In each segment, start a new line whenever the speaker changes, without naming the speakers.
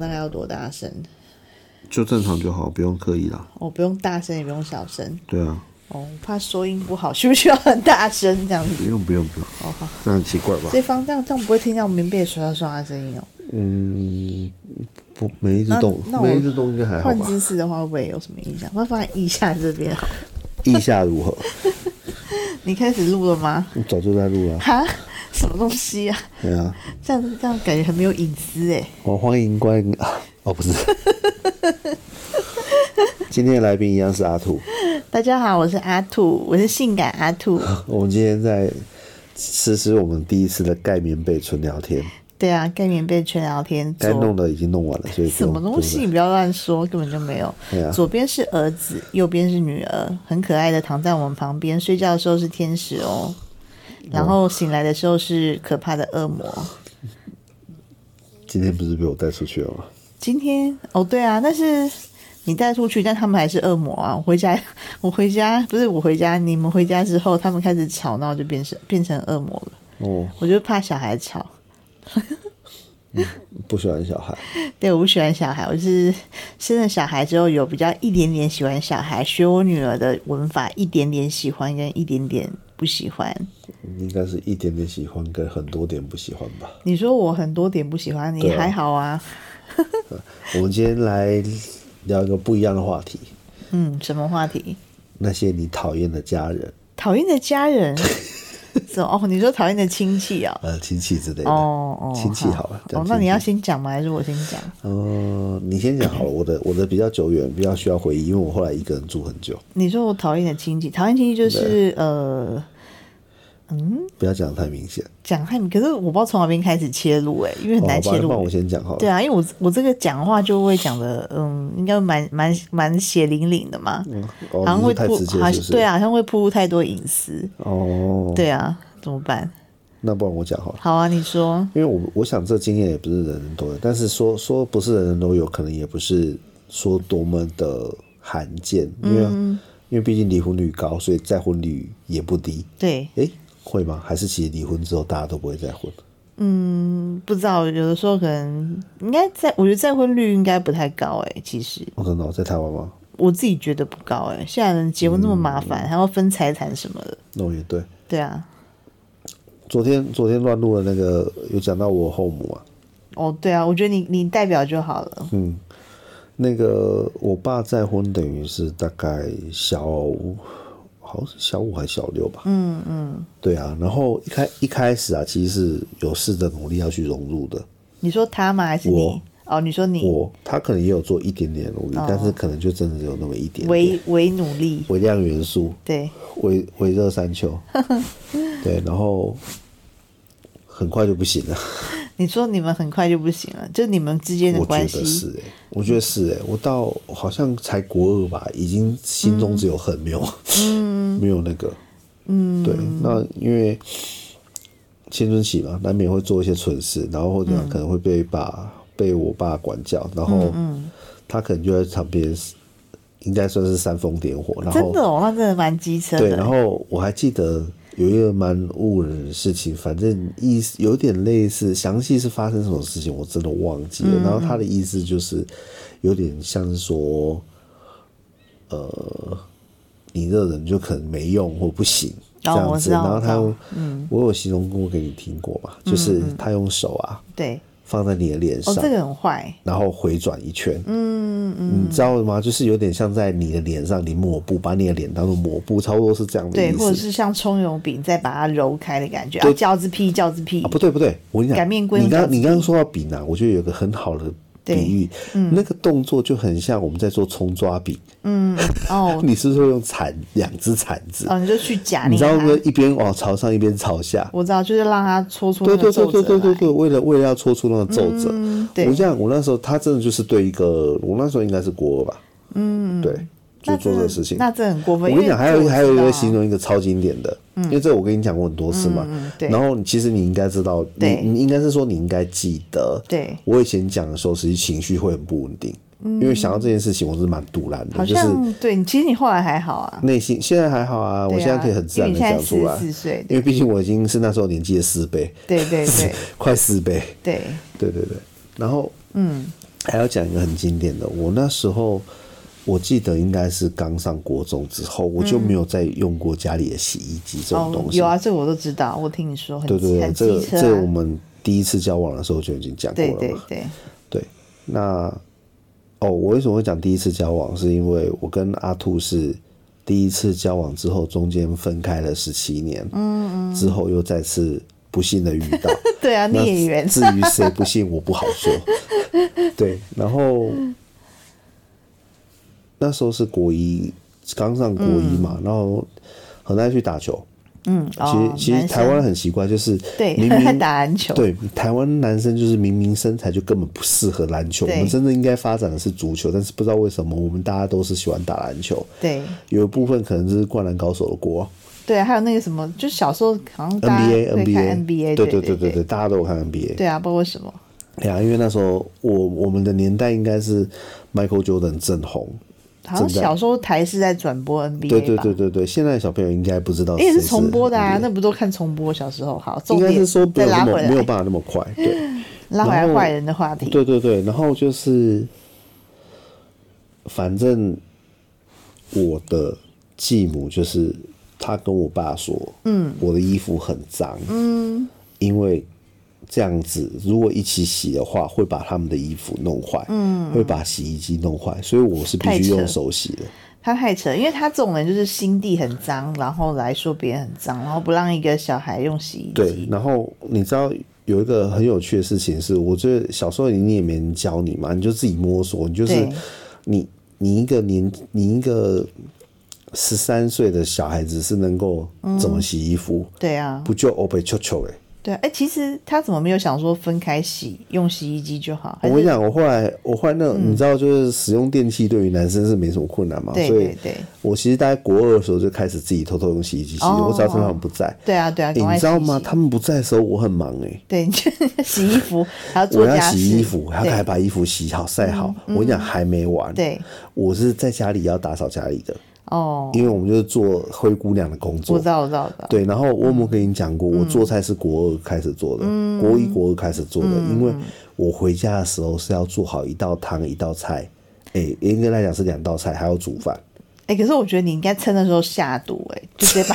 大概要多大声？哦
就正常就好，不用刻意啦。
我、不用大声，也不用小声。
对啊，
哦，我怕收音不好，需不需要很大声这样子？
不用不用不用，
哦，好，
这样很奇怪吧？
这方这样这样不会听到棉被刷刷刷的声音哦。
嗯，不，每一只
那
动，
那我
每一只动应该还好
换
吧？
姿势的话，会不会有什么影响？我放在腋下这边好了。
意下如何？
你开始录了吗？
你早就在录了啊。
哈，什么东西啊？
对啊，
这样这样感觉很没有隐私哎。
我欢迎观 哦，不是。今天的来宾一样是阿兔，
大家好，我是阿兔，我是性感阿 兔。
我们今天在实施我们第一次的盖棉被纯聊天，
对啊，盖棉被全聊天
该哎弄
桌。
的已经弄完了，所以不
什
用
么东西？？你不要乱说，根本就没有
对。啊
左边是儿子，右边是女儿，很可爱的躺在我们旁边。睡觉的时候是天使哦，然后醒来的时候是可怕的恶魔。
今天不是被我带出去了吗？
今天哦，对啊，但是你带出去，但他们还是恶魔啊！我回家， 我回家不是我回家，你们回家之后，他们开始吵闹，就变成变成恶魔了。
哦，
我就怕小孩吵，
不喜欢小孩，
对我不喜欢小孩，我是生了小孩之后有比较一点点喜欢小孩，学我女儿的文法，一点点喜欢跟一点点不喜欢。
应该是一点点喜欢跟很多点不喜欢吧。
你说我很多点不喜欢，你
对啊
还好啊？
我们今天来聊一个不一样的话题，
嗯，什么话题？
那些你讨厌的家人、
讨厌的家 人？怎么哦？你说讨厌的亲戚啊、
呃亲戚之类的。
哦哦，
亲戚好了讲
哦，那
亲
你
戚
要先讲吗？还是我先讲？
嗯，你先讲好了，我的我的比较久远，比较需要回忆，因为我后来一个人住很久。
你说我讨厌的亲戚，讨厌亲戚就是呃，
不要讲得太明显，哦
讲汉语，可是我不知道从哪边开始切入哎、因为很
好
难
吧，
切
那
入。
我先讲好了。
对啊，因为我我这个讲话就会讲的，嗯，应该蛮蛮蛮血淋淋的嘛，
哦，
好像
你
会
是太
铺，
直接
好
是不
像
是？
对啊，好像会铺入太多隐私。
哦，
对啊，怎么办？
那不然我讲好了，
好啊，你说，
因为我我想这经验也不是人人都有，但是说说不是人人都有，可能也不是说多么的罕见，因为、
嗯
因为毕竟离婚率高，所以再婚率也不低。
对，
诶，会吗？还是其实离婚之后大家都不会再婚？
不知道，有的时候可能应该在，我觉得再婚率应该不太高哎、其实
我真的哦在台湾吗？
我自己觉得不高哎、现在人结婚那么麻烦，
嗯
还要分财产什么的，
那我也对。
对啊，
昨天昨天乱录的那个有讲到我后母啊，
哦对啊，我觉得你你代表就好了，
嗯那个我爸再婚等于是大概小，好像是小五还是小六吧。嗯嗯，对啊。然后一开一开始啊，其实是有试着努力要去融入的。
你说他吗？还是你？哦，你说你
我他可能也有做一点点的努力，但是可能就真的有那么一点点。
为为努力，
微量元素，
对，
微微热山丘， 对，然后很快就不行了。
你说你们很快就不行了，就你们之间的
我觉
关
得是
系，
哎、我觉得是哎、我到好像才国二吧，已经心中只有恨，没有， 没有那个，嗯，对。那因为青春期嘛，难免会做一些蠢事，然后或者
嗯
可能会被爸、被我爸管教，然后
嗯
他可能就在旁边，应该算是煽风点火，然
真
后
的哦，那真的蛮机车
对，然
的。
后我还记得有一个蛮误人的事情，反正意思有点类似，详细是发生什么事情我真的忘记
嗯
了。然后他的意思就是有点像是说，呃，你这人就可能没用或不行。这
哦我
样
知
子，
道嗯
然后他
我
用
知，
我有形容过给你听过嘛，就是他用手啊
对，
放在你的脸
哦，
上，
这个很坏，
然后回转一圈，嗯嗯，你知道吗？就是有点像在你的脸上你抹布，把你的脸当做抹布，差不多是这样的
对，
意
或者
思。
是像葱油饼再把它揉开的感觉，啊，
对
饺子皮，饺子皮
啊，，不对不对，我跟你
擀
讲，
面棍
你
用饺
刚
子
你刚刚说到饼啊，我觉得有个很好的比喻，
嗯
那个动作就很像我们在做葱抓饼，
哦
你是不是会用铲两只铲子？
哦，你就去夹那
你知道吗
个它，？
一边往朝上，一边朝下。
我知道，就是让它搓出那
对
个
对对
皱
对对
褶
对
来，嗯
对，为了为了要搓出那个皱褶，
对
我这样，我那时候他真的就是对一个，我那时候应该是国二吧，嗯，对，就
那
做这
真
个
的
事情，
那这很过分。
我跟你
因为
讲，还有
这我
一个还有一
知道
个
啊嗯
形容一个超经典的，因为这我跟你讲过很多次嘛。
嗯嗯对
然后你其实你应该知道，你
对
你应该是说你应该记得。
对嗯
我以前讲的时候，实际情绪会很不稳定，因为想到这件事情，我是蛮堵然的，
好
就是嗯
像对你，其实你后来还好啊。
内心现在还好啊，我
对啊
现在可以很自然的讲出来
因为你现在，44岁
因为毕竟我已经是那时候年纪的四倍，
对对对
快四倍，
对，
对对对。然后，嗯，还要讲一个很经典的，我那时候我记得应该是刚上国中之后，我就没有再用过家里的洗衣机这种
哦，
东西。
有啊，这我都知道，我听你说很
对对对，
很
这个
机车、啊，
这个我们第一次交往的时候就已经讲过
对
了嘛。
对对，
对，那哦，我为什么会讲第一次交往？是因为我跟阿兔是第一次交往之后，中间分开了十七年，嗯嗯，之后又再次不幸的遇到，
对啊，
那
孽缘
至于谁不信，我不好 说。对，然后那时候是国一，刚上国一嘛，然后很爱去打球。
嗯，
其实、
哦，
其实
男
台
生
湾很奇怪，就是
对
明
还
明
打篮球，
对台湾男生就是明明身材就根本不适合篮球，我
对
们真正应该发展的是足球，但是不知道为什么我们大家都是喜欢打篮球。
对
有一部分可能是灌篮高手的锅
对，还有那个什么，就小时候好像大家
，NBA
会看
NBA
NBA，
对
对
对
对
对，大家都有看 NBA。
对啊，不知道为什么，
对啊，因为那时候我我们的年代应该是 Michael Jordan 正红，
好像
正在
小时候台视在转播 NBA 吧，
对对对对对，现在的小朋友应该不知道，
也是重播的啊，
NBA
那不都看重播？小时候好，重
应该
点
是说没
再
有
拉
那么
回
没有
来，
办法那么快，对。
拉回来
然后
坏人的话题。
对对对，然后就是，反正我的继母就是她跟我爸说，嗯，我的衣服很脏，嗯，因为这样子如果一起洗的话，会把他们的衣服弄坏，嗯，会把洗衣机弄坏，所以我是必
太
须
扯
用手洗的。
他太扯，因为他这种人就是心地很脏，然后来说别人很脏，然后不让一个小孩用洗衣
对，
机。
然后你知道有一个很有趣的事情是，我觉得小时候你也没人教你嘛，你就自己摸索，你就是
对
你你一个年你一个十三岁的小孩子是能够怎么洗衣服，
对啊，
不就欧北球球哎。
对啊，哎、其实他怎么没有想说分开洗，用洗衣机就好？还
我跟你
是
讲，我后来我后来那种、你知道，就是使用电器对于男生是没什么困难嘛，
对
所
对
以
对
我其实大概国二的时候就开始自己偷偷用洗衣机洗，
哦
我只要趁他们不在。
对啊对啊，
欸
赶快
你
洗
知道吗？
洗
他们不在的时候我很忙哎、
对，你就 洗衣服，还要做
我要
家事，
洗衣服，还要还
对嗯
把衣服洗好、晒好。我跟你讲，还没完。
对，
我是在家里要打扫家里的，
哦，
因为我们就是做灰姑娘的工
我
作
知。嗯道我知道我知道，
对，然后我有没有跟你讲过，我做菜是国二开始做的，
嗯
国一、国二开始做的，因为我回家的时候是要做好一道汤、一道菜，哎、严格来讲是两道菜，还要煮饭。
哎、可是我觉得你应该趁那时候下毒、 哎，就直接把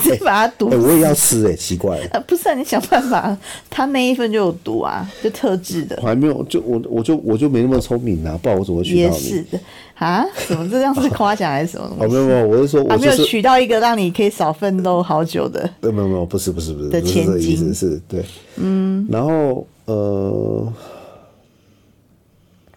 直接把它毒死。
哎、我也要吃、哎，奇怪了，
啊，不是、啊、你想办法，他那一份就有毒啊，就特制的
我，还没有，就我我就我就没那么聪明啊，不然我怎么会娶
也
到
是
你？
的啊？怎么这样是夸奖还是什么
哦，
东
没
西？
有没 有，我是说，
啊，
我
没
就
有
是
娶到一个让你可以少奋斗好久的，
呃，没有没有，不是不是不是，
的
不是这个
千
意思，
金
是对，嗯，然后呃，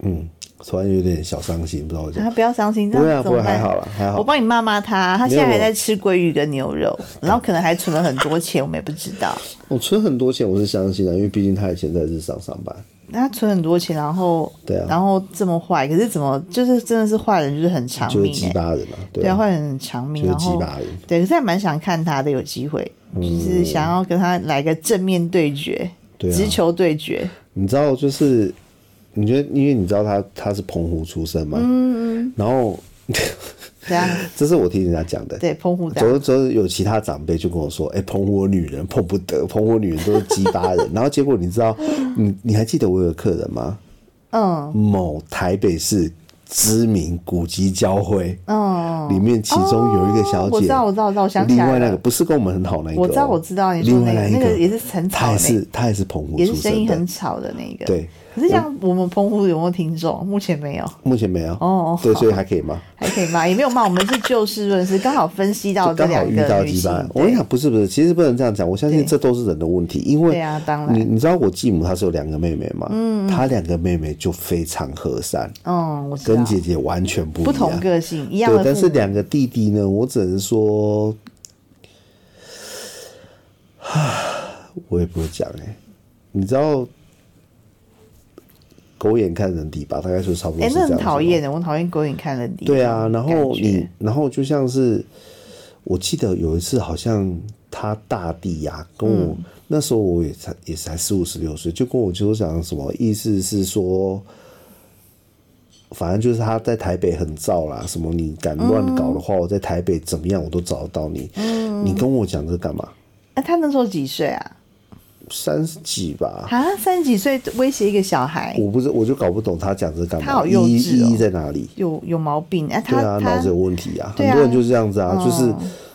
嗯，突然有点小伤心，不知道为什
啊，
么。
不要伤心，这
不会
样
啊，
怎
不
么
会，还
办？
好啦，还
我
好。
帮你骂骂他，他现在
没
还
有
在吃鲑鱼跟牛肉，然后可能还存了很多钱，我们也不知道。
我存很多钱，我是相信的，啊因为毕竟他以前在日商上班。
他存很多钱，然后
对啊
然后这么坏，可是怎么就是真的是坏人，就是很长
就是
命
鸡
哎、
巴人嘛，对
对啊，
啊，
坏人很长命，
就是
然
鸡
后
巴人
对，可是还蛮想看他的，有机会，
嗯
就是想要跟他来个正面对决，
对啊
直球对决，
你知道就是，你觉得，因为你知道他他是澎湖出生嘛，嗯嗯，然后
这样
这是我听人家讲的，
对澎湖这样
昨昨有其他长辈就跟我说：“哎、澎湖女人碰不得，澎湖女人都是鸡巴人。” 然后结果你知道，你你还记得我有个客人吗？
嗯
某台北市知名古迹教会
嗯，哦
里面，其中有一个小姐，
我知道我知道我知道我想起
另
来
外那
了
个不是跟我们很好那一个哦、
我知道我知道你说
另外
那个
那一
那个也是很吵
她也
的那
是她也是澎湖
也是
出
声
生
音
的
很，吵的那个，
对。
可是像我们澎湖有没有听众？目前没有，
目前没有
哦
对，
好
所以还可以吗？
还可以骂，也没有骂，我们是就事论事，刚好分析到
就
哦这
刚好
两
遇
个
到
女
鸡巴
性
人。，我跟你讲，不是不是，其实不能这样讲。我相信
对
这都是人的问题，因为
对啊当然
你你知道我继母她是有两个妹妹嘛，嗯，她两个妹妹就非常和善，
嗯，我知道
跟，姐姐完全不一
不
样，
同个性，一样
对
的，
但
父
是
母，
两个弟弟呢，我只能说，唉我也不会讲哎、你知道。狗眼看人低吧，大概就差不多
哎
是，这
那
样子
很
咯。
讨厌的，我讨厌狗眼看人低。
对啊，然后
感觉
你，然后就像是，我记得有一次好像他大弟呀、跟我、
嗯
那时候我也才也才十五十六岁，就跟我就讲什么意思是说，反正就是他在台北很燥啦，什么你敢乱搞的
嗯
话，我在台北怎么样我都找得到你。你跟我讲这干嘛？
那、他那时候几岁啊？
三十几吧，
啊，三十几岁威胁一个小孩，
我不是我就搞不懂他讲这干
他
嘛，
好
意
幼
义
稚哦
意义在哪里？
有有毛病啊，他
对啊，
他
脑子有问题啊，
对
很
啊
多人就是这样子啊，
嗯
就是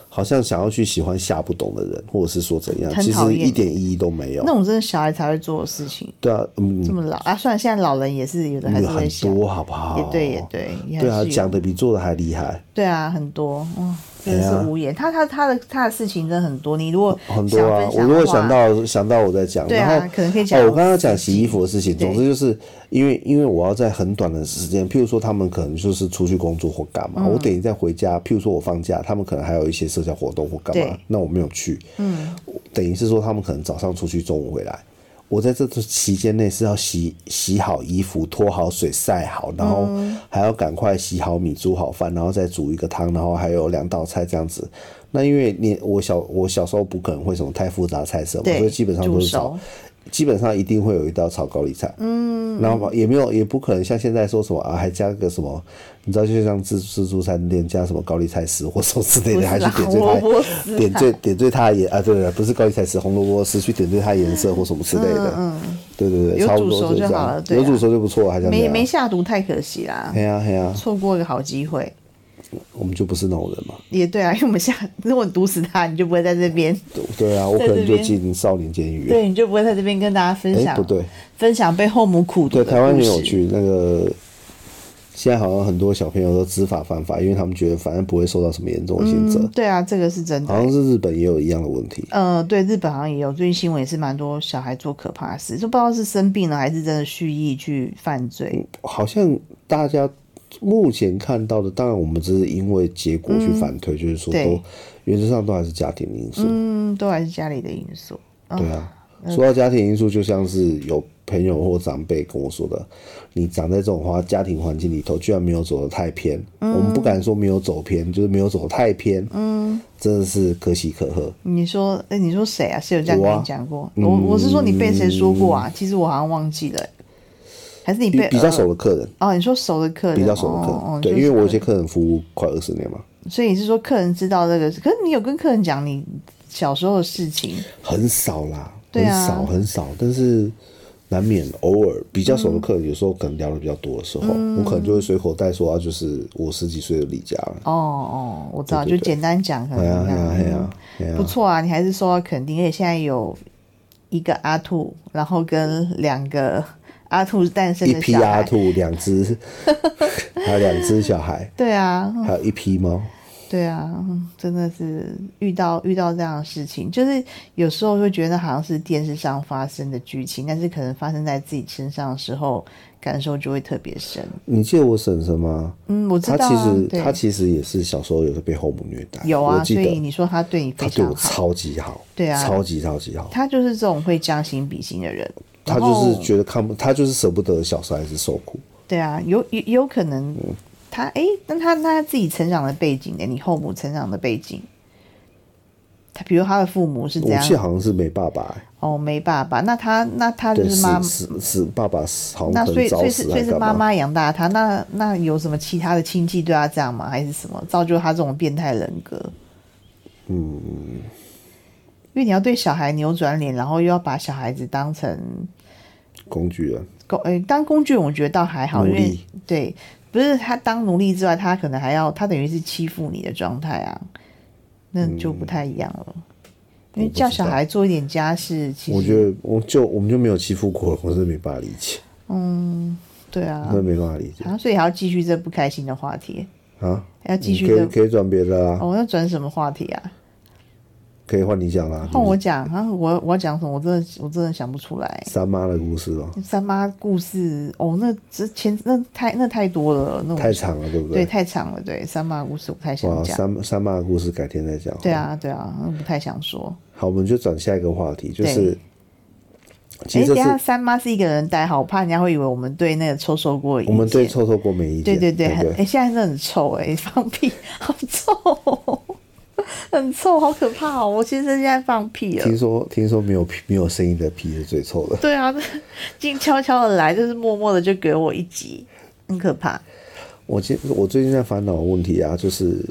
好像想要去喜欢瞎不懂的人，或者是说怎样，
很
其
讨
实
厌
一点意义都没有
那。种真的小孩才会做的事情，
对啊，嗯
这，么老啊，虽然现在老人也是有的还是会
很
想，
多好不好？
也对也对，也还
对啊，
是有
讲的比做的还厉害。
对啊，很多，嗯，真
哎
的
呀
是无言。他他他的他的事情真的很多，你如果
很多啊
想分享，的
我如果
话
想到想到我再讲，
对啊
然后
可能可以讲
哦，我刚刚讲洗衣服的事情，
对
总之就是因为因为我要在很短的时间，譬如说他们可能就是出去工作或干
嗯
嘛，我等于再回家，譬如说我放假，他们可能还有一些社交活动或干嘛
对，
那我没有去，嗯，等于是说他们可能早上出去，中午回来。我在这段期间内是要洗洗好衣服、脱好水、晒好，然后
嗯
还要赶快洗好米、煮好饭，然后再煮一个汤，然后还有两道菜这样子。那因为你我小我小时候不可能会什么太复杂的菜色嘛，
对
所以基本上都
煮
是
熟
炒，基本上一定会有一道炒高丽菜。嗯，然后也没有也不可能像现在说什么啊，还加个什么，你知道就像自自助餐店加什么高丽菜丝或什么之类
不
的，
是
还去
啦
点缀
红萝卜
它
丝啊
点缀点缀它的颜啊，对对对，不是高丽菜丝，红萝卜丝去点缀它颜色或什么之类的。嗯，对对对，
有
差不
煮熟
多是
就
这
好了
样，
对啊
有煮熟就不错，还这样
没没
子啊。
下毒太可惜啦，
嘿呀嘿哎呀，
错过一个好机会。
我们就不是那种人嘛。
也对啊，因为 我们下，如果你毒死他，你就不会在这边，
对对啊，我
在
可能
这
就
边
进少年监狱。
对，你就不会在这边跟大家分享，
哎不对，
分享被后母苦毒
对，
的
台湾
故
也
事
有去那个。现在好像很多小朋友都知法犯法，因为他们觉得反正不会受到什么严重的刑责。
嗯，对啊，这个是真的
好。像是日本也有一样的问题。
呃，对，日本好像也有，最近新闻也是蛮多小孩做可怕的事，就不知道是生病了还是真的蓄意去犯罪。
好像大家目前看到的，当然我们只是因为结果去反推，就是说
嗯对
都原则上都还是家庭因素，
嗯，哦都还是家里的因素。
对啊。说到家庭因素，就像是有朋友或长辈跟我说的，你长在这种花家庭环境里头，居然没有走得太偏。
嗯
我们不敢说没有走偏，就是没有走太偏。嗯，真的是可喜可贺。
你说，哎、你说谁啊？是有这样
我啊
跟你讲过？我我是说你被谁说过啊？其实我好像忘记了、还是你
比
被
比较熟的客人，
哦？你说熟的客人，
比较熟的客人，
哦哦、
对，
就
因
是
为我有些客人服务快二十年嘛，
所以你是说客人知道这个事，可是你有跟客人讲你小时候的事情，
很少啦，
对
很
啊
少很少，但是难免偶尔比较熟的客
嗯
人，有时候可能聊的比较多的时候，我可能就会随口带说啊，就是我十几岁就离家了。
哦哦，我知道，
对对
就简单讲，可能
哎呀
这
哎
样
呀哎呀哎
不
呀！
错啊，你还是受到肯定，而且现在有一个阿兔，然后跟两个阿兔诞生
一
的
批
嗯小
阿
孩，
兔，两只， 还有两只小孩，
对啊，嗯
还有一批猫。
对啊，嗯真的是遇到遇到这样的事情，就是有时候会觉得好像是电视上发生的剧情，但是可能发生在自己身上的时候，感受就会特别深。
你记得我婶婶吗？
嗯，我知
她
道、啊，
其实
对
她其实也是小时候有被后母虐待，
有啊，
我记
所以
得
你说他对你非
她对
常
我
好，
超级好，
对啊
超级超级好。
他就是这种会将心比心的人。
她
然
就
后
是觉得看不，她就是舍不得小时候孩子受苦。
对啊，有有有可能他哎、那他那他自己成长的背景呢？你后母成长的背景，他比如他的父母是怎
我
样
记？得好像是没爸爸、欸，
哦，没爸爸，那他那他就
对，
是妈
死，死死爸爸死好
那
像
所以
很
所
早
以是
死
所
还
以是
干
妈
嘛？
妈养大他，那那有什么其他的亲戚对他这样吗？还是什么造就他这种变态人格？嗯，
嗯
因为你要对小孩扭转脸，然后又要把小孩子当成
工具人，
工呃当工具人，我觉得倒还好，因
奴隶
为对，不是他当奴隶之外，他可能还要他等于是欺负你的状态啊，那就不太一样了。因为
嗯我不
叫
知
小
道
孩做一点家事，其实
我觉得我就我们就没有欺负过，我真的没办法理解，
对啊
真，的没办法理解
然后所以还要继续这不开心的话题，
啊！
还要继
你
续
可
的
以。可以转别的啦，
哦，要转什么话题啊？
可以换你讲啦。
换
你
我讲啊！我我要讲什么？我真的我真的想不出来。
三妈的故事哦，
三妈故事哦，那之前那太那太多了，那我
太长了，对不
对？太长了。哦对，三妈故事我不太想
哇，
讲。
三三妈的故事改天再讲。
对，啊，对啊，嗯不太想说。
好，我们就转下一个话题，就是
对
其
哎，
实
等
这
一下
是
三妈是一个人带，好我怕人家会以为我们对那个臭臭过有
我们
意
对
见
臭臭过没意
对
见，
对对，
啊对
很
不
哎、现在真的很臭哎、 放屁好臭哦、很臭，好可怕哦！我先生现在放屁了
听。说听说没有屁没有声音的屁是最臭的。
对啊， 静悄悄的来，就是默默的就给我一集，很可怕。
我今我最近在烦恼的问题啊，就是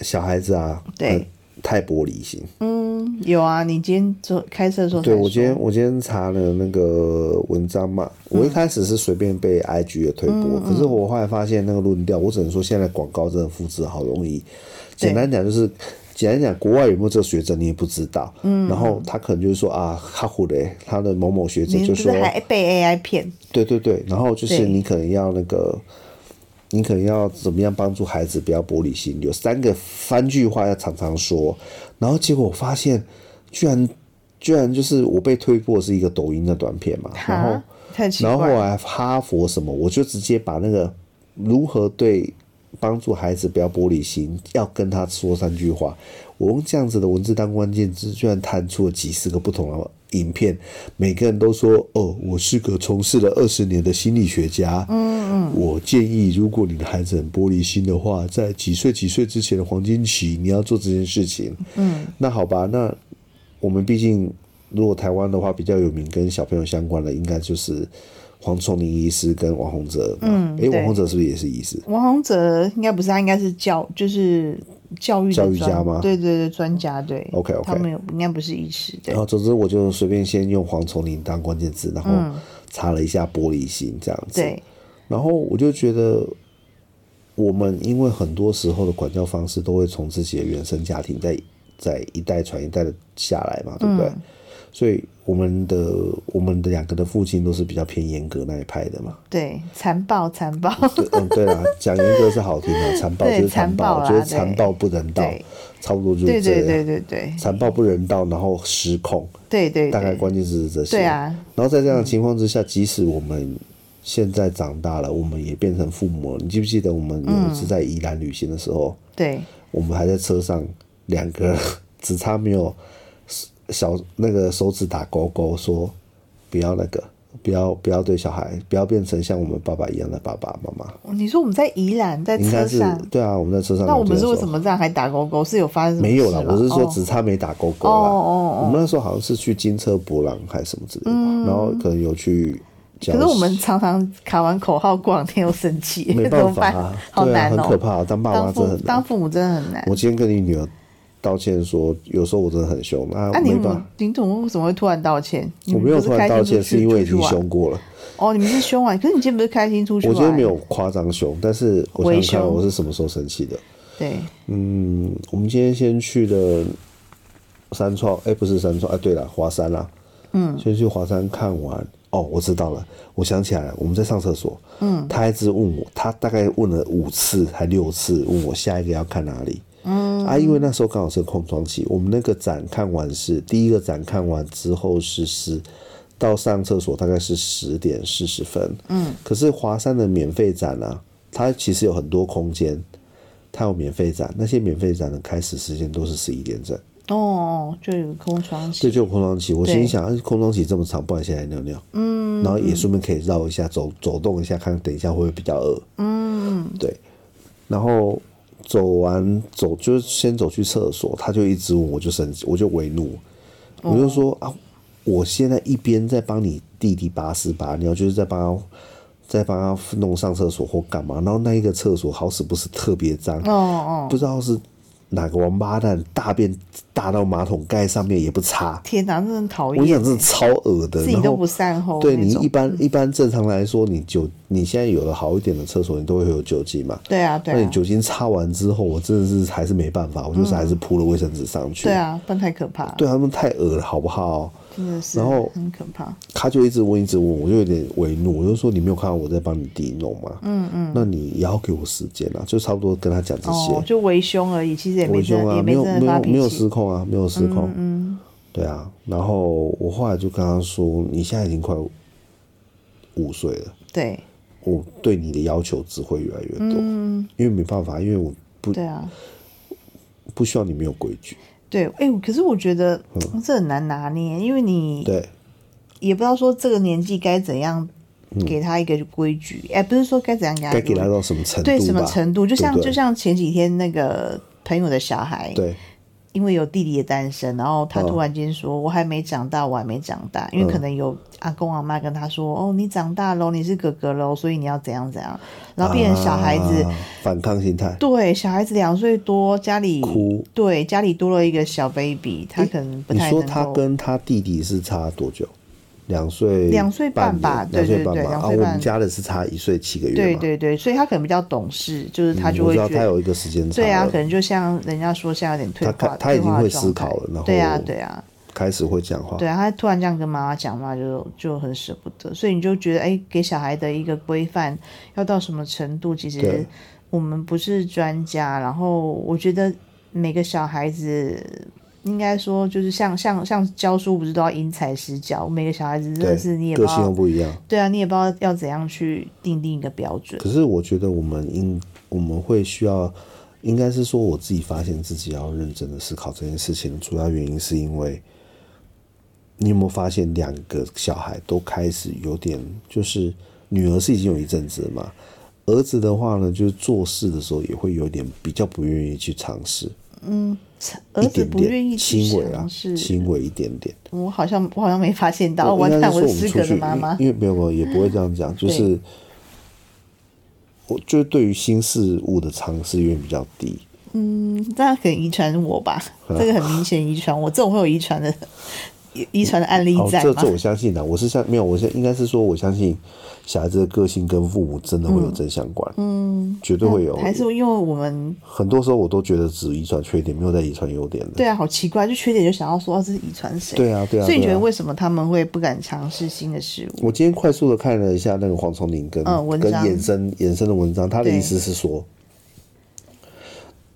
小孩子啊，
对
很太玻璃心。
嗯，有啊，你今天做开车的时候才
对
说，
我今天我今天查了那个文章嘛，
嗯
我一开始是随便被 IG 的推播，可是我后来发现那个论调，我只能说现在广告真的复制好容易。
对
简单讲就是，简单讲，国外有没有这个学者你也不知道。嗯，然后他可能就是说啊，哈佛的他的某某学者
你
就是说
不，是还被 AI 骗？
对对对，然后就是
对
你可能要那个。你可能要怎么样帮助孩子不要玻璃心？有三个三句话要常常说，然后结果我发现，居然居然就是我被推过是一个抖音的短片嘛，然后
哈，太奇
然后后
怪了。
来哈佛什么，我就直接把那个如何对帮助孩子不要玻璃心，要跟他说三句话。我用这样子的文字当关键字，居然弹出了几十个不同的影片，每个人都说：“哦，我是个从事了二十年的心理学家。”嗯嗯，我建议，如果你的孩子很玻璃心的话，在几岁几岁之前的黄金期，你要做这件事情。嗯，那好吧，那我们毕竟如果台湾的话比较有名跟小朋友相关的，应该就是黄崇林医师跟王洪哲。嗯，诶，
对
王洪哲是不是也是医师？
王洪哲应该不是，他应该是教，就是教育的
教育家
专
吗
对对对，专家对。
OK，OK 哦
他们有应该不是医师对
然。后总之我就随便先用黄崇林当关键字，然后查了一下玻璃心这样
嗯
子。
对，
然后我就觉得，我们因为很多时候的管教方式都会从自己的原生家庭在在一代传一代的下来嘛，对
嗯
不对？所以我们的我们的两个的父亲都是比较偏严格那一派的嘛。
对，残暴残暴，
对，嗯，对 啦，讲严格是好听的，残暴就
对
是残暴，
残暴啦
就是残暴不人道
对，
差不多就
对
是这
对
样。
对对对
残暴不人道，然后失控，
对对
大概
对，
关键词是这些。
对啊，
然后在这样的情况之下，即使我们现在长大了，我们也变成父母了。你记不记得我们有一次在宜兰旅行的时候，
对
我们还在车上，两个人只差没有小那个手指打勾勾，说不要那个，不要不要对小孩，不要变成像我们爸爸一样的爸爸妈妈。
哦你说我们在宜兰在
应该
车
是
上，
对啊，我们在车上
那
聊
我
天
们
的
是
时候。
为什么这样还打勾勾？是有发生什么
没有啦，
事吗
我是说
哦
只差没打勾勾啦。
哦哦哦
我们那时候好像是去金车博朗还是什么之类的吧，然后可能有去教室。
可是我们常常卡完口号，过两天又生气，
没
怎
办
么
法
办
啊，？
好
对啊，
难
很
哦、
可怕、当爸妈
当
真的
父
很难
当。父母真的很难。
我今天跟你女儿道歉说，有时候我真的很凶，那、
啊，你
没
怎么
办法。
你怎么为什么会突然道歉？你
我
们
没有
不是
突然
开心
道
出
歉，
去
是因为已
出去
经
玩
凶过了。
哦，你们是凶完，可是你今天不是开心出去
我
玩？
觉得没有夸张凶，但是我想
微
想看
凶
我是什么时候生气的。
对，
嗯，我们今天先去了三创，哎、不是三创，哎、对了，华山啦。嗯，先去华山看完。哦，我知道了，我想起来了，我们在上厕所。嗯，他一直问我，他大概问了五次还六次，问我下一个要看哪里。嗯啊，因为那时候刚好是空窗期，我们那个展看完是第一个展看完之后是十，到上厕所大概是十点四十分。嗯，可是华山的免费展啊，它其实有很多空间，它有免费展，那些免费展的开始时间都是十一点整，
哦，就有空窗
这
期。
就有空窗期。我
对
心想，哎空窗期这么长，不然先来尿尿，嗯，然后也顺便可以绕一下，走走动一下，看等一下会不会比较饿，嗯，对。然后走完走，就是先走去厕所，他就一直问，我就生气，我就为怒，我就说、
哦
啊，我现在一边在帮你弟弟拔屎拔尿，就是在帮他。在帮他弄上厕所或干嘛，然后那一个厕所好死不死特别脏，
哦哦，
不知道是哪个王八蛋大便大到马桶盖上面也不擦，
天哪，真的很讨
我
厌，
想这是超恶的，
自己
然
都
后
不善后
对
那
你
种
一般一般正常来说，你酒你现在有了好一点的厕所，你都会有酒精嘛？
对啊对
那你
啊，
酒精擦完之后，我真的是还是没办法，我就是还是铺了卫生纸上
嗯
去。
对，啊，不然太可怕了，
对他们太恶了，好不好？
真的是，
然后
很可怕。
他就一直问，一直问，我就有点为怒，我就说你没有看到我在帮你弟弄吗？嗯嗯，那你也要给我时间啊，就差不多跟他讲这些。
哦，就围凶而已，其实也没
维
真
修
的
啊，
也没
没有
真的
没
发
有没有
脾气
失。控啊，没有失控，嗯，对啊。然后我后来就跟他说，你现在已经快五岁了，
对
我对你的要求只会越来越多，嗯，因为没办法，因为我不
对啊，
不需要你没有规矩，
对，哎、可是我觉得、这很难拿捏，因为你
嗯对
也不知道说这个年纪该怎样给他一个规矩，哎、不是说该怎样给他一
嗯
个
该给
规矩
他到什么程度吧，
对什么程度，就像
对不对
就像前几天那个朋友的小孩，
对
因为有弟弟的诞生，然后他突
嗯
然间说：“我还没长大，我还没长大。”因为可能有阿公阿妈跟他说：“哦，你长大喽，你是哥哥喽，所以你要怎样怎样。”然后变成小孩子，
啊反抗心态，
对小孩子两岁多，家里
哭
对家里多了一个小 baby，他可能不
你
太
说
能
他
够。
跟他弟弟是差多久？两岁
两岁半吧对
两岁
对
半
对
吧。
两
啊，
岁
我
半
们家的是差一岁七个月嘛。
对对对，所以他可能比较懂事，就是他
嗯
就
我
会
知道
觉
他
得，
有一个时间差了，
对啊，可能就像人家说，像有点退
他
化，
他他已
退化
经会
的状
思
态
考了然后
对啊，对啊，
开始会讲话。
对啊，他突然这样跟妈妈讲话就，就很舍不得，所以你就觉得，哎、给小孩的一个规范要到什么程度？其实
对
我们不是专家，然后我觉得每个小孩子。应该说，就是像像像教书，不是都要因材施教？每个小孩子真的
对，
是你也不
个
知
性又
道，
不一样。
对啊，你也不知道要怎样去定定一个标准。
可是我觉得我们应我们会需要，应该是说我自己发现自己要认真的思考这件事情的主要原因，是因为你有没有发现两个小孩都开始有点，就是女儿是已经有一阵子了嘛，儿子的话呢，就是做事的时候也会有点比较不愿意去尝试，
儿
一
子
点
不愿
点
意去
轻微啊
尝，试，
轻微一点点。
我好像我好像没发现到，
我
完
应该
蛋，
是
啊我
说
是
我们
失
出
格
去，
的
因
妈妈。
因为没有没有也不会这样讲，就是我就是对于新事物的尝试愿比较低。
那可能遗传我吧，
嗯
这个很明显遗传我，这种会有遗传的遗遗传的案例
哦，
在
这
吗
这？我相信的，我是相没有，我现应该是说，我相信小孩子的个性跟父母真的会有正相关，嗯，绝对会有。
还是因为我们
很多时候我都觉得只遗传缺点，没有在遗传优点的。
对啊，好奇怪，就缺点就想要说、啊、这是遗传谁？
对啊对啊
所以你
对啊
觉得为什么他们会不敢尝试新的事物？
我今天快速的看了一下那个黄崇林跟、
嗯文
跟
章
衍生衍生的文章，他的
对
意思是说，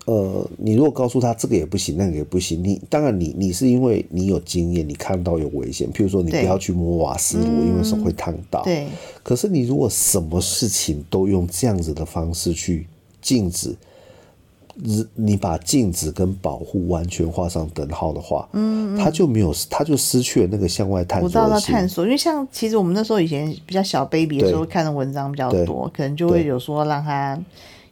呃，你如果告诉他这个也不行，那个也不行，你当然你你是因为你有经验，你看到有危险，譬如说你不
对嗯
要去摸瓦斯炉，因为手会烫到。
对。
可是你如果什么事情都用这样子的方式去禁止，你你把禁止跟保护完全画上等号的话，嗯他就没有，他就失去了那个向外探
我
索
知道
的
要
心。
探索，因为像其实我们那时候以前比较小 baby 的时候
对
看的文章比较多，可能就
对
会有说让他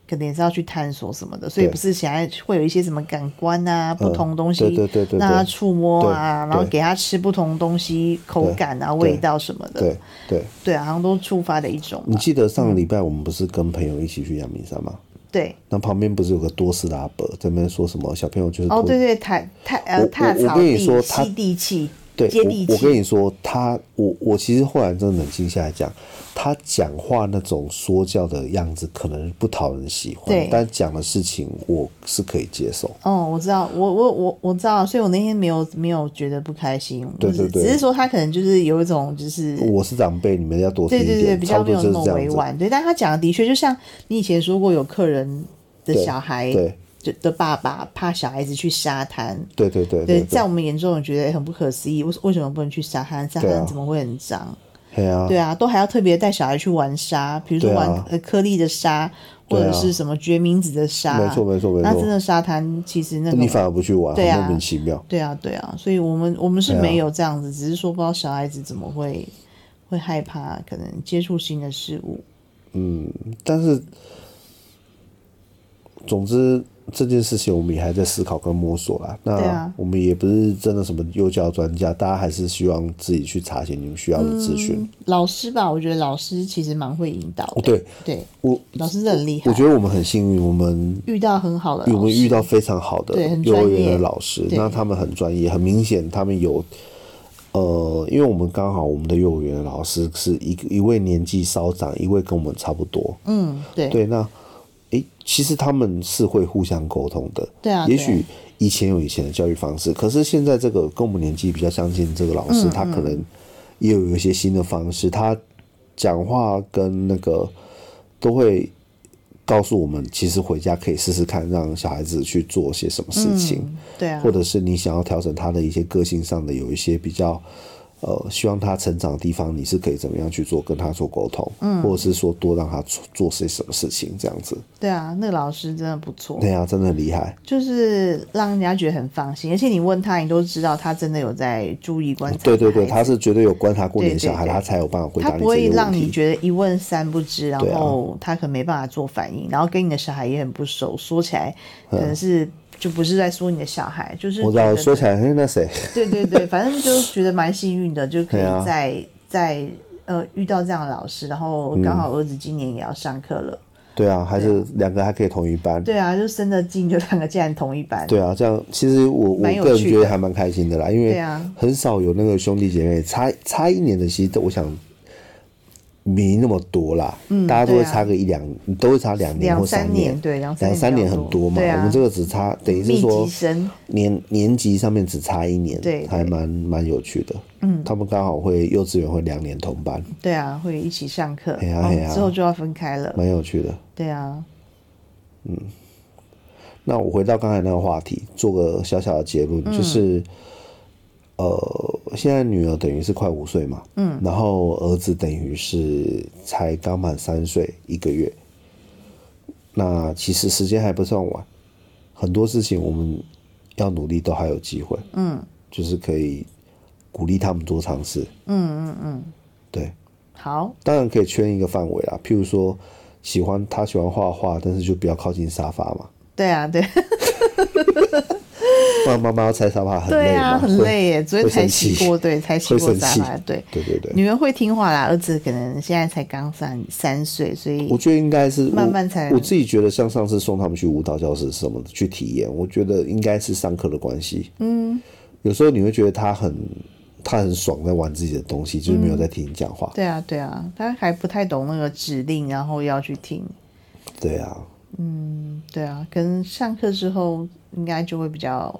可能也是要去探索什么的，所以
对嗯
不是现在会有一些什么感官啊，不同东西，
对对对对对
让他触摸啊，
对
然后
对
给他吃不同东西，口感啊、
对
味道什么的，
对对，
对啊，好像都触发的一种
你
吧，
记得上礼拜我们不是跟朋友一起去阳明山吗？
对。
那旁边不是有个多斯拉伯在那边说什么小朋友就是
哦，
多
对对，踏踏呃
我
踏
我
草
跟你
地、
说他
吸地气、
对
接地
我我跟
气，
你说，他我我其实后来真的冷静下来讲，他讲话那种说教的样子可能不讨人喜欢
对，
但讲的事情我是可以接受。
哦，我知道，我我我我知道，所以我那天没有没有觉得不开心，
对
我只
对对
只是说他可能就是有一种就是
我是长辈，你们要多听
对
一
对对，
点，
比
差
较
不
没有
多就
那么
是这
委
样子。
婉。对，但他讲的的确就像你以前说过，有客人的
对
小孩
对
就的爸爸怕小孩子去沙滩。
对对对
对，
对
在我们眼中，我觉得很不可思议，为为什么不能去沙滩？沙
对啊
滩怎么会很脏？
对啊
对，啊，都还要特别带小孩去玩沙，比如说
对啊
玩呃颗粒的沙，或
对啊
者是什么决明子的沙。
没错没错没
那
错
真的沙滩其实那
你
种
反而不去玩，很
对啊
莫名其妙。
对啊，对啊，所以我们我们是
对啊
没有这样子，只是说不知道小孩子怎么会会害怕，可能接触新的事物。
但是，总之这件事情我们也还在思考跟摸索啦。
对
那
啊
我们也不是真的什么幼教专家，大家还是希望自己去查询你们需要的资讯。哦
老师吧，我觉得老师其实蛮会引导的。
对
对，
我
老师真的很厉害，
我觉得我们很幸运，我们
遇到很好的老师。
我们遇到非常好的
对很
幼
专
儿
业
园的老师，
对
那他们很专业，很明显他们有。呃，因为我们刚好我们的幼儿园的老师是一个一位年纪稍长，一位跟我们差不多，
嗯，对
对，那诶、其实他们是会互相沟通的。
对啊
也
对啊
许以前有以前的教育方式，可是现在这个跟我们年纪比较相近，这个老
嗯
师、他可能也有一些新的方式，他讲话跟那个都会。告诉我们，其实回家可以试试看，让小孩子去做些什么事情。
对啊，
或者是你想要调整他的一些个性上的有一些比较，呃，希望他成长的地方，你是可以怎么样去做跟他做沟通，嗯，或者是说多让他做做些什么事情这样子，
对啊，那个老师真的不错
对，啊，真的很厉害，
就是让人家觉得很放心，而且你问他，你都知道他真的有在注意观察。
对对对，他。是绝对有观察过你的
对对
小孩，
对
他才有办法回
他
答你
不
这
会
些问
让你
题，
觉得一问三不知，然
对啊
后他可能没办法做反应，然后跟你的小孩也很不熟，说起来可能是就不是在说你的小孩，就是
嗯我知
觉
道
得
说起来，嘿，那谁，
对对对，反正就觉得蛮幸运的，就可以
对啊
在、在呃遇到这样的老师，然
嗯
后刚好儿子今年也要上课了，
对啊，还是两个还可以同一班，
对啊，就生的近，就两个竟然同一班，
对啊，这样其实我我
蛮有
个人
趣
觉得
的
还蛮开心的啦，因
对
为
啊
很少有那个兄弟姐妹差差一年的，其实都我想没那么多啦，大家都
对
会
啊
差个一两，都会差两年
两
或
三
年
年，对两三
两
年
三
比较
年很
多
多嘛，
对啊
我们这个只差等于是
密
说
集生，
年年级上面只差一年，
对对
还蛮蛮有趣的，嗯，他们刚好会幼稚园会两年同班，
对啊，会一起上课，
嘿啊
哦
嘿啊
之后就要分开了，
蛮有趣的。
对啊，
那我回到刚才那个话题，做个小小的结论，就是，呃，现在女儿等于是快五岁嘛，嗯，然后儿子等于是才刚满三岁一个月，那其实时间还不算晚，很多事情我们要努力都还有机会，嗯，就是可以鼓励他们多尝试，嗯嗯嗯，对，
好，
当然可以圈一个范围啦，譬如说喜欢他喜欢画画，但是就不要靠近沙发嘛。
对啊，对，
不然妈妈要拆沙发很累
对啊，
嘛
很
会
累耶，昨天
会
才
生
洗
气
过， 对，才洗
会
过
生
沙
气
发，对。
对对对，
女儿会听话啦，儿子可能现在才刚三三岁，所以
我觉得应该是我
慢啊慢才
我自己觉得，像上次送他们去舞蹈教室什么的去体验，我觉得应该是上课的关系。嗯，有时候你会觉得他很他很爽，在玩自己的东西，就是没有在听你讲话。
对啊，对啊，他还不太懂那个指令，然后要去听。
对啊，
对啊，可能上课之后应该就会比较，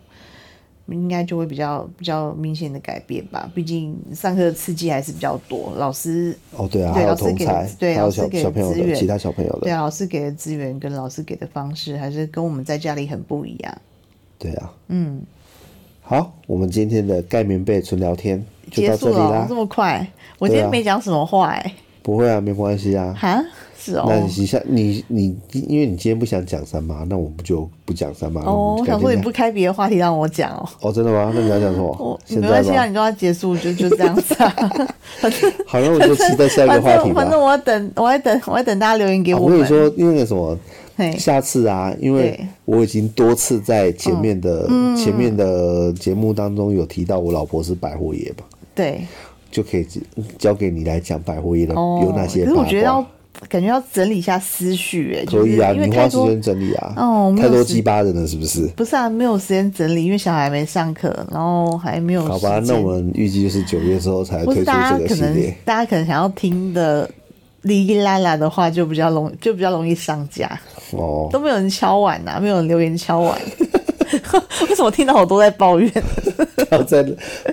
应该就会比较比较明显的改变吧。毕竟上课的刺激还是比较多，老师
哦对
对
啊，还有
老师
同
给的
才，
对
还有
老师
小
给的
小朋友
资源
的其他小朋友
对
的，
啊，老师给的资源跟老师给的方式还是跟我们在家里很不一样。
对啊，嗯。好，我们今天的盖棉被纯聊天就
结
到这
束
里
了哦
啦
这。么快，我今
对
天
啊
没讲什么话哎、
不会啊，没关系啊。
哈，是哦。
那你下你你，因为你今天不想讲三妈，那我们就不讲三妈。
哦，我
嗯们改
想
天
说你
再
不开别的话题让我讲哦。
哦，真的吗？那你要讲什么
我？
现
没
在
关系啊，
吗？
你都要结束，就就这样子啊。反正
好，那我就期待下一个
反
话题
正反正
吧。
我要等，我还等，我还等大家留言给
啊
我
我跟
们。
你说，因为那个什么，
嘿，
下次啊，因为
对嗯
我已经多次在前面的前面的节目当中有提到，我老婆是百货业嘛，
对，
就可以交给你来讲百货业的
哦，
有哪些
可
八
是我觉得要
卦。
感觉要整理一下思绪，哎，
可以啊，
就是因为
你
太
花时
多
间整理啊，
哦没有
太多
时
鸡巴人了，是不是？
不是啊，没有时间整理，因为小孩没上课，然后还没有
好
哦时
吧，
间
那我们预计就是九月之后才
或是
推出
大
这
家
个
可
系
能
列。
大家可能想要听的哩哩啦啦的话，就比较容就比较容易上架，
哦，
都没有人敲碗呐、没有人留言敲碗。为什么听到好多在抱怨？
不要再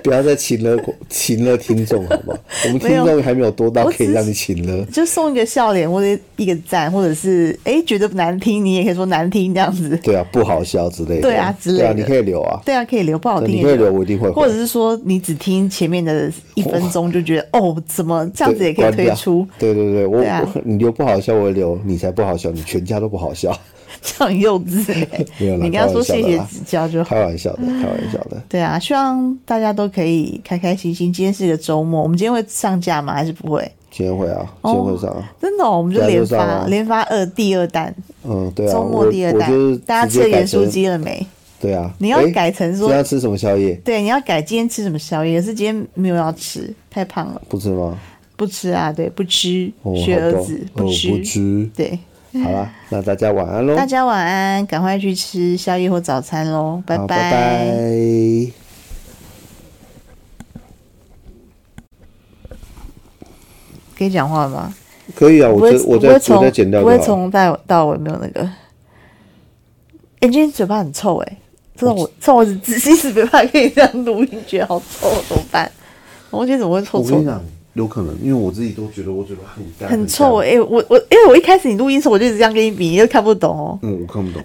不要再请了请了听众，好 吗？我们听
没有
众还没有多到
我
可以
只
让你请了。
就送一个笑脸或者一个赞，或者是哎、诶觉得难听，你也可以说难听这样子。
对啊，不好笑之类的。
对啊之类
对啊，
的
你可以留啊。
对啊，可以留，不好听
对
也
你可以留我一定会回
或者是说你只听前面的一分钟就觉得哦，怎么这样子也可以
关
推
掉
出，
对对对，我
对啊
我你留不好笑，我留你才不好笑，你全家都不好 笑。
这样很幼稚、
没有
欸。
啦
你跟他说谢
开玩笑的
谢
啦
指教就好。
开玩笑的，开玩笑的。
对啊，希望大家都可以开开心心。今天是个周末，我们今天会上架吗？还是不会？
今天会啊，今天会上啊。
真的、哦，我们就
对啊
连
就上
发
啊
连发二第二弹，
嗯，对啊。
周
我
末第二
我就是
弹，大家吃
直接
了
改
盐酥
成
鸡了没？
对啊。
你要
诶
改成说
今天要吃什么宵夜？
对，你要改今天吃什么宵夜，可是今天没有要吃，太胖了，
不吃吗？
不吃啊，对，不吃，
哦，
学
好
儿
吧
子
哦，
吃，
不吃。哦
对，
好啦，那大家晚安喽。
大家晚安，赶快去吃宵夜或早餐喽，
好拜拜
可以讲话吗？
可以啊，我
会
这，我
不
再
会从
我再剪掉
不
就
会
好了。
从到到尾没有那个。哎、你今天嘴巴很臭哎、这种我这种我仔细是没办法跟你这样录音，觉得好臭，怎么办？我今天怎么会臭
我跟
臭
你
的？
讲，有可能，因为我自己都觉得我嘴巴很干，
很臭欸
干。
哎、我我因为我一开始你录音的时候我就一直这样跟你比，你又看不懂哦。
嗯，我看不懂。